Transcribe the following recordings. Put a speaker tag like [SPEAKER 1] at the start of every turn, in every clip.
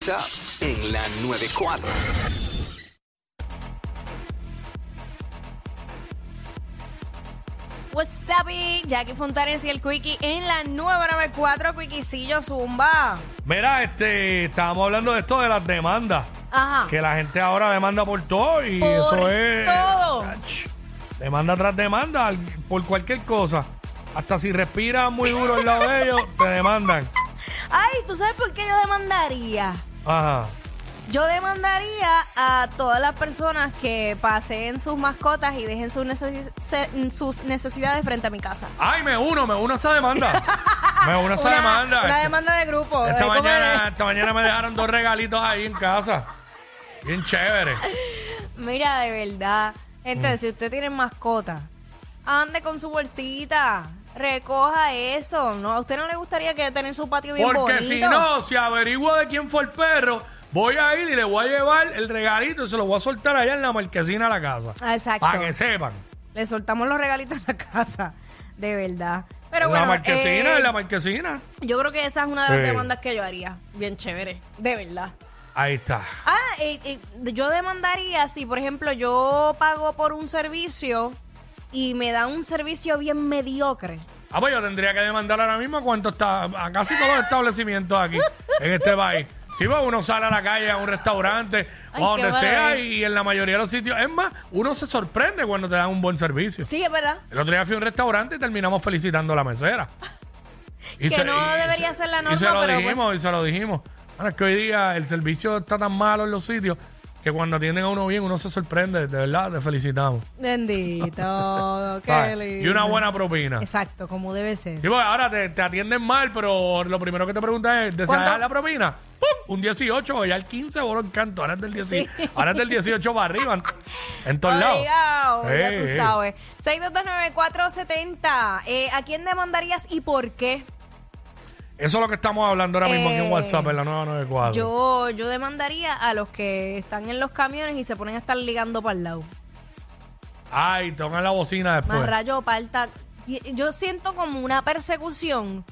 [SPEAKER 1] Exa en la 94.
[SPEAKER 2] What's up, y Jackie Fontanes y el Quickie en la 994 Quickiecillo Zumba.
[SPEAKER 3] Mira, este, estábamos hablando de esto de las demandas.
[SPEAKER 2] Ajá.
[SPEAKER 3] Que la gente ahora demanda por todo y
[SPEAKER 2] Por
[SPEAKER 3] eso es.
[SPEAKER 2] todo.
[SPEAKER 3] Ach, Demanda tras demanda al- por cualquier cosa. Hasta si respiras muy duro al lado de ellos, te demandan.
[SPEAKER 2] Ay, ¿tú sabes por qué yo demandaría?
[SPEAKER 3] Ajá.
[SPEAKER 2] Yo demandaría a todas las personas que paseen sus mascotas y dejen sus, necesi- se- sus necesidades frente a mi casa.
[SPEAKER 3] Ay, me uno, me uno a esa demanda. Me uno a esa demanda.
[SPEAKER 2] una demanda de grupo.
[SPEAKER 3] Esta
[SPEAKER 2] de comer-
[SPEAKER 3] mañana, esta mañana me dejaron dos regalitos ahí en casa. Bien chévere.
[SPEAKER 2] Mira, de verdad. Gente,
[SPEAKER 3] Mm.
[SPEAKER 2] si usted tiene mascota, ande con su bolsita. Recoja eso. No, ¿A usted no le gustaría que tener su patio bien
[SPEAKER 3] Porque
[SPEAKER 2] bonito?
[SPEAKER 3] si no, si averiguo de quién fue el perro, voy a ir y le voy a llevar el regalito y se lo voy a soltar allá en la marquesina de la casa.
[SPEAKER 2] Ah, exacto.
[SPEAKER 3] Para que sepan.
[SPEAKER 2] Le soltamos los regalitos en la casa. De verdad. Pero
[SPEAKER 3] en
[SPEAKER 2] bueno,
[SPEAKER 3] la marquesina,
[SPEAKER 2] eh,
[SPEAKER 3] en la marquesina.
[SPEAKER 2] yo creo que esa es una de las
[SPEAKER 3] Sí.
[SPEAKER 2] demandas que yo haría. Bien chévere. De verdad.
[SPEAKER 3] Ahí está.
[SPEAKER 2] Ah, eh, eh, yo demandaría si, por ejemplo, yo pago por un servicio y me da un servicio bien mediocre.
[SPEAKER 3] Ah, pues yo tendría que demandar ahora mismo cuánto está a casi todos los establecimientos aquí, en este país. Si uno sale a la calle, a un restaurante,
[SPEAKER 2] Ay,
[SPEAKER 3] o a donde
[SPEAKER 2] qué
[SPEAKER 3] sea,
[SPEAKER 2] barbaridad.
[SPEAKER 3] y en la mayoría de los sitios. Es más, uno se sorprende cuando te dan un buen servicio.
[SPEAKER 2] Sí, es verdad.
[SPEAKER 3] El otro día fui a un restaurante y terminamos felicitando a la mesera. Y
[SPEAKER 2] Que no debería ser la
[SPEAKER 3] Y se
[SPEAKER 2] norma,
[SPEAKER 3] lo
[SPEAKER 2] pero
[SPEAKER 3] dijimos, y se lo dijimos. Ahora es que hoy día el servicio está tan malo en los sitios que cuando atienden a uno bien uno se sorprende, de verdad, te felicitamos.
[SPEAKER 2] Bendito, qué
[SPEAKER 3] ¿sabes?
[SPEAKER 2] lindo.
[SPEAKER 3] Y una buena propina.
[SPEAKER 2] Exacto, como debe ser.
[SPEAKER 3] Sí, porque ahora te, te atienden mal, pero lo primero que te preguntan es, ¿deseas
[SPEAKER 2] ¿Cuánto?
[SPEAKER 3] dejar la propina? ¡Pum! Un 18, o ya el 15, bolo el canto. Ahora es del 18,
[SPEAKER 2] Sí.
[SPEAKER 3] ahora es del 18 para arriba, en, en todos lados.
[SPEAKER 2] Obligado, ya
[SPEAKER 3] Eh,
[SPEAKER 2] tú
[SPEAKER 3] eh.
[SPEAKER 2] sabes. 6229470. Eh, ¿A quién demandarías y por qué?
[SPEAKER 3] Eso es lo que estamos hablando ahora mismo aquí
[SPEAKER 2] Eh,
[SPEAKER 3] en WhatsApp, en la 994.
[SPEAKER 2] Yo, yo demandaría a los que están en los camiones y se ponen a estar ligando para el lado.
[SPEAKER 3] Ay, tocan la bocina
[SPEAKER 2] Más
[SPEAKER 3] después.
[SPEAKER 2] rayo parta. Y- Yo siento como una persecución.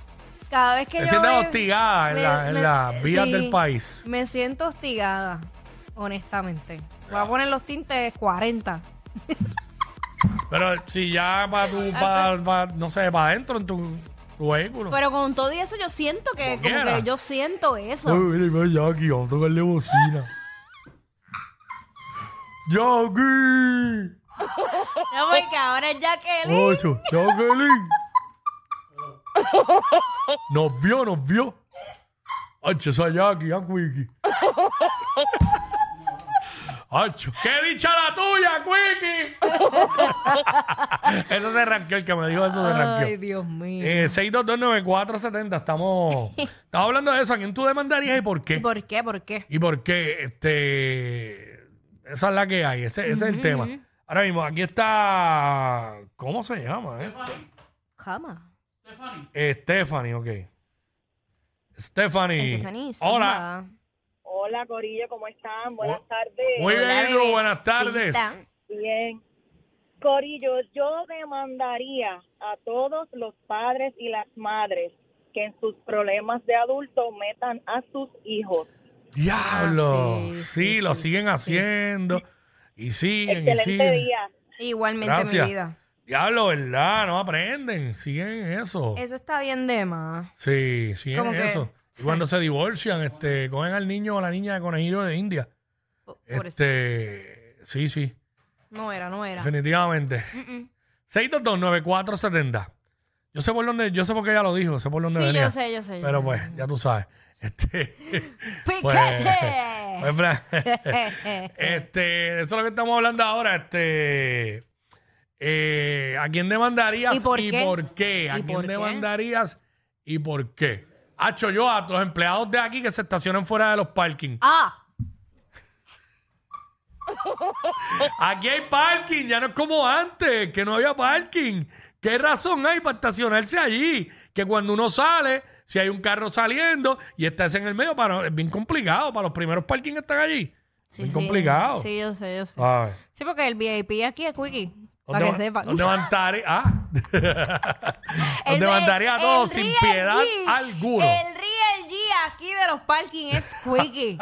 [SPEAKER 2] Cada vez que
[SPEAKER 3] Te
[SPEAKER 2] yo.
[SPEAKER 3] sientes
[SPEAKER 2] veo-
[SPEAKER 3] hostigada en la- en las vías del país.
[SPEAKER 2] Me siento hostigada, honestamente. Voy a poner los tintes 40.
[SPEAKER 3] Pero si ya para tu, pa- pa- no sé, para adentro en tu, tu vehículo.
[SPEAKER 2] Pero con todo y eso yo siento que,
[SPEAKER 3] Oh. Como
[SPEAKER 2] como
[SPEAKER 3] quiera.
[SPEAKER 2] que yo siento eso.
[SPEAKER 3] Ay, mira, mira, Jackie, vamos a tocarle bocina. Jackie.
[SPEAKER 2] No, porque ahora es Jacqueline.
[SPEAKER 3] Ocho, Jacqueline. Nos vio, nos vio. Hacho, esa Jackie, ya, Quickie. Hacho, ¡qué dicha la tuya, Quickie! eso se ranqueó, el que me dijo eso se ranqueó.
[SPEAKER 2] Ay, Dios mío.
[SPEAKER 3] Eh, 6229470, estamos, estamos hablando de eso. ¿A quién tú demandarías y por qué?
[SPEAKER 2] ¿Y por qué? ¿Por qué?
[SPEAKER 3] ¿Y por qué? Este, esa es la que hay, ese, ese es el tema. Ahora mismo, aquí está, ¿cómo se llama? eh?
[SPEAKER 2] Cama.
[SPEAKER 3] Eh, Stephanie, ok. Stephanie.
[SPEAKER 2] Stephanie, zumba.
[SPEAKER 3] Hola.
[SPEAKER 4] Hola, Corillo, ¿cómo están? Buenas
[SPEAKER 3] Bu-
[SPEAKER 4] tardes.
[SPEAKER 3] Muy
[SPEAKER 2] Hola,
[SPEAKER 3] bien, Lu, buenas
[SPEAKER 2] bebecita.
[SPEAKER 3] tardes.
[SPEAKER 4] Bien. Corillo, yo demandaría a todos los padres y las madres que en sus problemas de adulto metan a sus hijos.
[SPEAKER 3] Diablo.
[SPEAKER 2] Ah, sí,
[SPEAKER 3] sí,
[SPEAKER 2] sí,
[SPEAKER 3] lo
[SPEAKER 2] sí,
[SPEAKER 3] siguen
[SPEAKER 2] sí.
[SPEAKER 3] haciendo. Y siguen, y
[SPEAKER 4] Excelente
[SPEAKER 3] siguen.
[SPEAKER 4] día.
[SPEAKER 2] Igualmente,
[SPEAKER 3] Gracias.
[SPEAKER 2] mi vida.
[SPEAKER 3] Diablo, ¿verdad? No aprenden, siguen eso.
[SPEAKER 2] Eso está bien de más.
[SPEAKER 3] Sí, sí, es
[SPEAKER 2] Como que-
[SPEAKER 3] eso. Y cuando se divorcian, este, cogen al niño o la niña de conejillo de India.
[SPEAKER 2] Por por eso.
[SPEAKER 3] Este, sí, sí,
[SPEAKER 2] No era, no era.
[SPEAKER 3] definitivamente.
[SPEAKER 2] Mm-mm.
[SPEAKER 3] 6229470. Yo sé por dónde, yo sé por qué ella lo dijo, sé por dónde
[SPEAKER 2] Sí,
[SPEAKER 3] venía.
[SPEAKER 2] yo sé, yo sé. yo
[SPEAKER 3] Pero
[SPEAKER 2] sé.
[SPEAKER 3] pues, ya tú sabes. Este,
[SPEAKER 2] ¡Piquete!
[SPEAKER 3] pues, en plan, este, eso es lo que estamos hablando ahora, este eh, ¿a quién demandarías
[SPEAKER 2] ¿Y por qué?
[SPEAKER 3] qué? ¿A
[SPEAKER 2] ¿Y
[SPEAKER 3] quién
[SPEAKER 2] por qué?
[SPEAKER 3] demandarías y por qué? Hacho yo a los empleados de aquí que se estacionan fuera de los parkings.
[SPEAKER 2] ah,
[SPEAKER 3] Aquí hay parking, ya no es como antes, que no había parking. ¿Qué razón hay para estacionarse allí? Que cuando uno sale, si hay un carro saliendo y estás en el medio, para, es bien complicado. Para los primeros parking que están allí.
[SPEAKER 2] sí,
[SPEAKER 3] bien
[SPEAKER 2] sí.
[SPEAKER 3] complicado. Ah.
[SPEAKER 2] Sí, yo sé, yo sé.
[SPEAKER 3] A ver.
[SPEAKER 2] Sí, porque el VIP aquí es Quickie. Para
[SPEAKER 3] Los
[SPEAKER 2] que
[SPEAKER 3] dema-
[SPEAKER 2] sepan.
[SPEAKER 3] los levantaré- ah. Los
[SPEAKER 2] El de-
[SPEAKER 3] levantaré a
[SPEAKER 2] el
[SPEAKER 3] todos Ah, sin
[SPEAKER 2] Real
[SPEAKER 3] piedad
[SPEAKER 2] G,
[SPEAKER 3] alguna.
[SPEAKER 2] El Real G aquí de los parking es Quickie.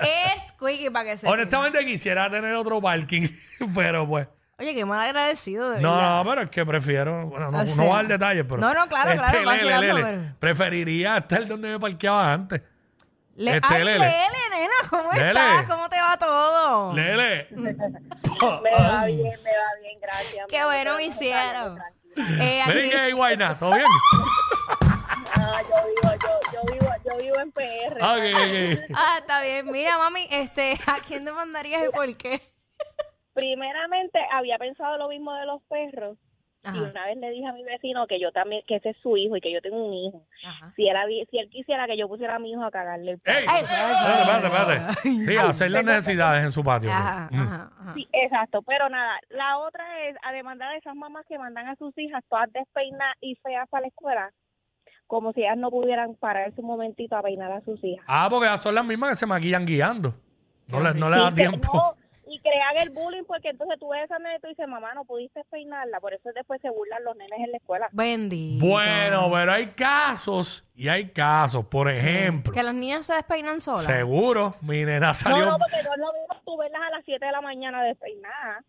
[SPEAKER 2] es Quickie para que se.
[SPEAKER 3] Honestamente quisiera tener otro parking, pero pues.
[SPEAKER 2] Oye, qué mal agradecido. De verdad.
[SPEAKER 3] No, no, pero es que prefiero. Bueno, no,
[SPEAKER 2] O
[SPEAKER 3] no
[SPEAKER 2] sea,
[SPEAKER 3] voy a dar detalles, pero.
[SPEAKER 2] Ah,
[SPEAKER 3] este,
[SPEAKER 2] no, no, claro, claro, vas llegando, pero-
[SPEAKER 3] Preferiría estar donde me parqueaba antes.
[SPEAKER 2] Le-
[SPEAKER 3] Este,
[SPEAKER 2] Ay,
[SPEAKER 3] Lele.
[SPEAKER 2] Lele, nena, ¿cómo
[SPEAKER 3] Lele.
[SPEAKER 2] estás? ¿Cómo te va todo?
[SPEAKER 3] Lele. Ah,
[SPEAKER 4] Me va bien, me va bien, gracias.
[SPEAKER 2] Qué
[SPEAKER 4] mi amor,
[SPEAKER 2] bueno me
[SPEAKER 4] estamos
[SPEAKER 2] hicieron.
[SPEAKER 4] hablando,
[SPEAKER 2] Eh, aquí-
[SPEAKER 3] Miren que hay guayna, ¿todo bien?
[SPEAKER 4] Ah, yo vivo, yo, yo vivo, yo vivo en PR.
[SPEAKER 3] Ah, ok, ok.
[SPEAKER 2] ah, está bien. Mira, mami, este, ¿a quién te mandarías y por qué?
[SPEAKER 4] Primeramente había pensado lo mismo de los perros y
[SPEAKER 2] Ajá,
[SPEAKER 4] una vez le dije a mi vecino que yo también, que ese es su hijo y que yo tengo un hijo.
[SPEAKER 2] ajá.
[SPEAKER 4] Si él, había- si él quisiera que yo pusiera a mi hijo a cagarle el
[SPEAKER 3] ¡Ey!
[SPEAKER 2] Ay,
[SPEAKER 3] Espérate, espérate, espérate. Sí, hacer las necesidades en su patio. ok.
[SPEAKER 2] Ajá,
[SPEAKER 3] Mm.
[SPEAKER 2] ajá, ajá.
[SPEAKER 4] Sí, exacto, pero nada, la otra es a demandar a esas mamás que mandan a sus hijas todas despeinadas y feas para la escuela, como si ellas no pudieran pararse un momentito a peinar a sus hijas.
[SPEAKER 3] Ah, porque son las mismas que se maquillan guiando. No le, no le da
[SPEAKER 4] Y que
[SPEAKER 2] Oh,
[SPEAKER 3] tiempo.
[SPEAKER 4] no, y crean el bullying porque entonces tú ves a esa nena y tú dices, mamá, no pudiste peinarla, por eso después se burlan los nenes en la escuela.
[SPEAKER 2] Bendito.
[SPEAKER 3] Bueno, pero hay casos y hay casos. Por ejemplo,
[SPEAKER 2] Que las niñas se despeinan solas.
[SPEAKER 3] seguro, mi nena
[SPEAKER 4] No,
[SPEAKER 3] salió.
[SPEAKER 4] no, porque no es lo mismo tú verlas a las 7 de la mañana despeinadas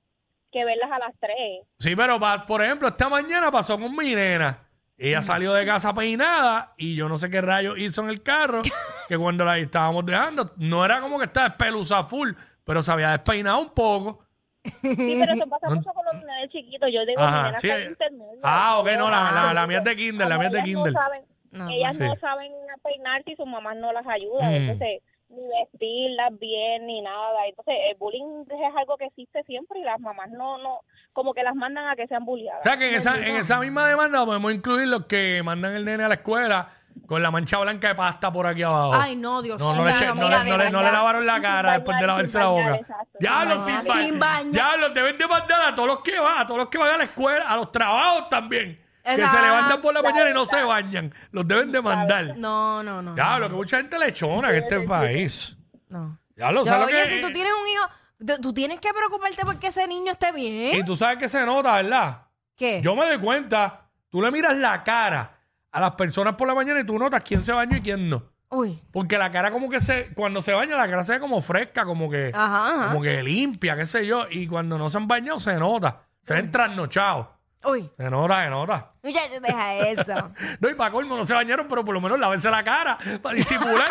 [SPEAKER 4] que verlas a las 3.
[SPEAKER 3] Sí, pero pa- por ejemplo, esta mañana pasó con mi nena.
[SPEAKER 4] Mm.
[SPEAKER 3] Ella salió de casa peinada y yo no sé qué rayos hizo en el carro, que cuando la estábamos dejando, no era como que estaba espeluza full, pero se había despeinado un poco.
[SPEAKER 4] Sí, pero eso pasa mucho con los nenes chiquitos. Yo digo,
[SPEAKER 3] Ajá,
[SPEAKER 4] mi nena
[SPEAKER 3] sí.
[SPEAKER 4] está en internet.
[SPEAKER 3] Ah, ok, no, la, la, la mía es de Kindle, la
[SPEAKER 4] Como
[SPEAKER 3] mía es de
[SPEAKER 4] ellas no
[SPEAKER 3] Kindle.
[SPEAKER 4] saben-
[SPEAKER 2] No,
[SPEAKER 4] ellas
[SPEAKER 3] Sí.
[SPEAKER 4] no saben peinarse y sus mamás no las ayudan,
[SPEAKER 3] Mm.
[SPEAKER 4] entonces ni vestirlas bien ni nada. Entonces el bullying es algo que existe siempre y las mamás no, no, como que las mandan a que sean bulliadas.
[SPEAKER 3] O sea que en esa, en esa misma demanda podemos incluir los que mandan el nene a la escuela con la mancha blanca de pasta por aquí abajo.
[SPEAKER 2] Ay, no, Dios
[SPEAKER 3] No, no, le,
[SPEAKER 2] mío.
[SPEAKER 3] eché- no
[SPEAKER 2] mira, de
[SPEAKER 3] le- no le- no le
[SPEAKER 2] verdad.
[SPEAKER 3] lavaron la cara
[SPEAKER 4] Sin
[SPEAKER 3] después de
[SPEAKER 4] bañar,
[SPEAKER 3] lavarse
[SPEAKER 4] sin
[SPEAKER 3] la
[SPEAKER 4] bañar,
[SPEAKER 3] boca.
[SPEAKER 4] exacto,
[SPEAKER 3] Ya
[SPEAKER 4] sin
[SPEAKER 3] los sin,
[SPEAKER 2] bañar.
[SPEAKER 3] ba-
[SPEAKER 2] Sin bañar.
[SPEAKER 3] Ya los deben de mandar a todos los que van, a todos los que van a la escuela, a los trabajos también. Que
[SPEAKER 2] Exacto.
[SPEAKER 3] se levantan por la mañana y no se bañan. Los deben de mandar.
[SPEAKER 2] pues, No, no, no.
[SPEAKER 3] Ya lo que mucha gente lechona en este país.
[SPEAKER 2] no.
[SPEAKER 3] Ya lo
[SPEAKER 2] Yo,
[SPEAKER 3] sabes.
[SPEAKER 2] oye, si tú tienes un hijo, tú- tú tienes que preocuparte porque ese niño esté
[SPEAKER 3] Y
[SPEAKER 2] bien.
[SPEAKER 3] tú sabes que se nota, ¿verdad?
[SPEAKER 2] ¿Qué?
[SPEAKER 3] Yo me doy cuenta, tú le miras la cara a las personas por la mañana y tú notas quién se bañó y quién no.
[SPEAKER 2] Uy.
[SPEAKER 3] Porque la cara como que se, cuando se baña, la cara se ve como fresca, como que,
[SPEAKER 2] Ajá, ajá.
[SPEAKER 3] como que limpia, qué sé yo. Y cuando no se han bañado, se nota. Se ven trasnochados.
[SPEAKER 2] Uy.
[SPEAKER 3] Se nota, se nota.
[SPEAKER 2] Muchachos, deja eso.
[SPEAKER 3] No, y para colmo no se bañaron, pero por lo menos lávense la cara para disimular.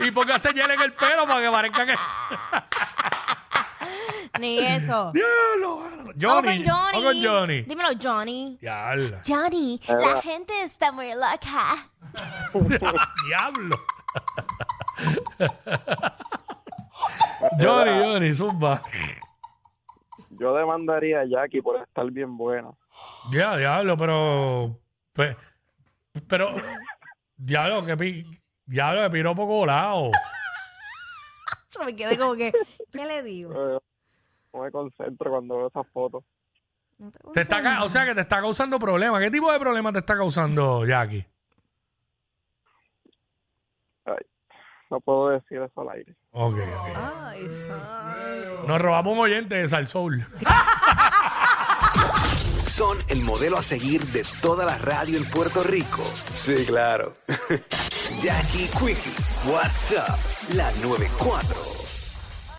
[SPEAKER 3] y pónganse hielo en el pelo para que parezca que.
[SPEAKER 2] Ni eso.
[SPEAKER 3] ¡Diablo! mano!
[SPEAKER 2] Vamos
[SPEAKER 3] Johnny.
[SPEAKER 2] con Johnny.
[SPEAKER 3] Vamos con Johnny.
[SPEAKER 2] Dímelo, Johnny.
[SPEAKER 3] Diablo.
[SPEAKER 2] Johnny, la gente está muy loca.
[SPEAKER 3] Diablo. Johnny, Johnny, zumba.
[SPEAKER 5] Yo demandaría a Jackie por estar bien buena.
[SPEAKER 3] Ya, diablo, pero. pe- Pero. diablo, que pi, diablo, que piropo colado.
[SPEAKER 2] Yo me quedé como que, ¿qué le digo?
[SPEAKER 5] Eh, No me concentro cuando veo esas fotos.
[SPEAKER 2] No te
[SPEAKER 3] Te está, ca- o sea, que te está causando problemas. ¿Qué tipo de problemas te está causando, Jackie?
[SPEAKER 5] No puedo decir eso al aire.
[SPEAKER 3] Ok, ok.
[SPEAKER 2] Ay, santo.
[SPEAKER 3] Nos robamos un oyente de Salsoul.
[SPEAKER 1] Son el modelo a seguir de toda la radio en Puerto Rico. Sí, claro. Jackie Quickie, WhatsApp, la 94.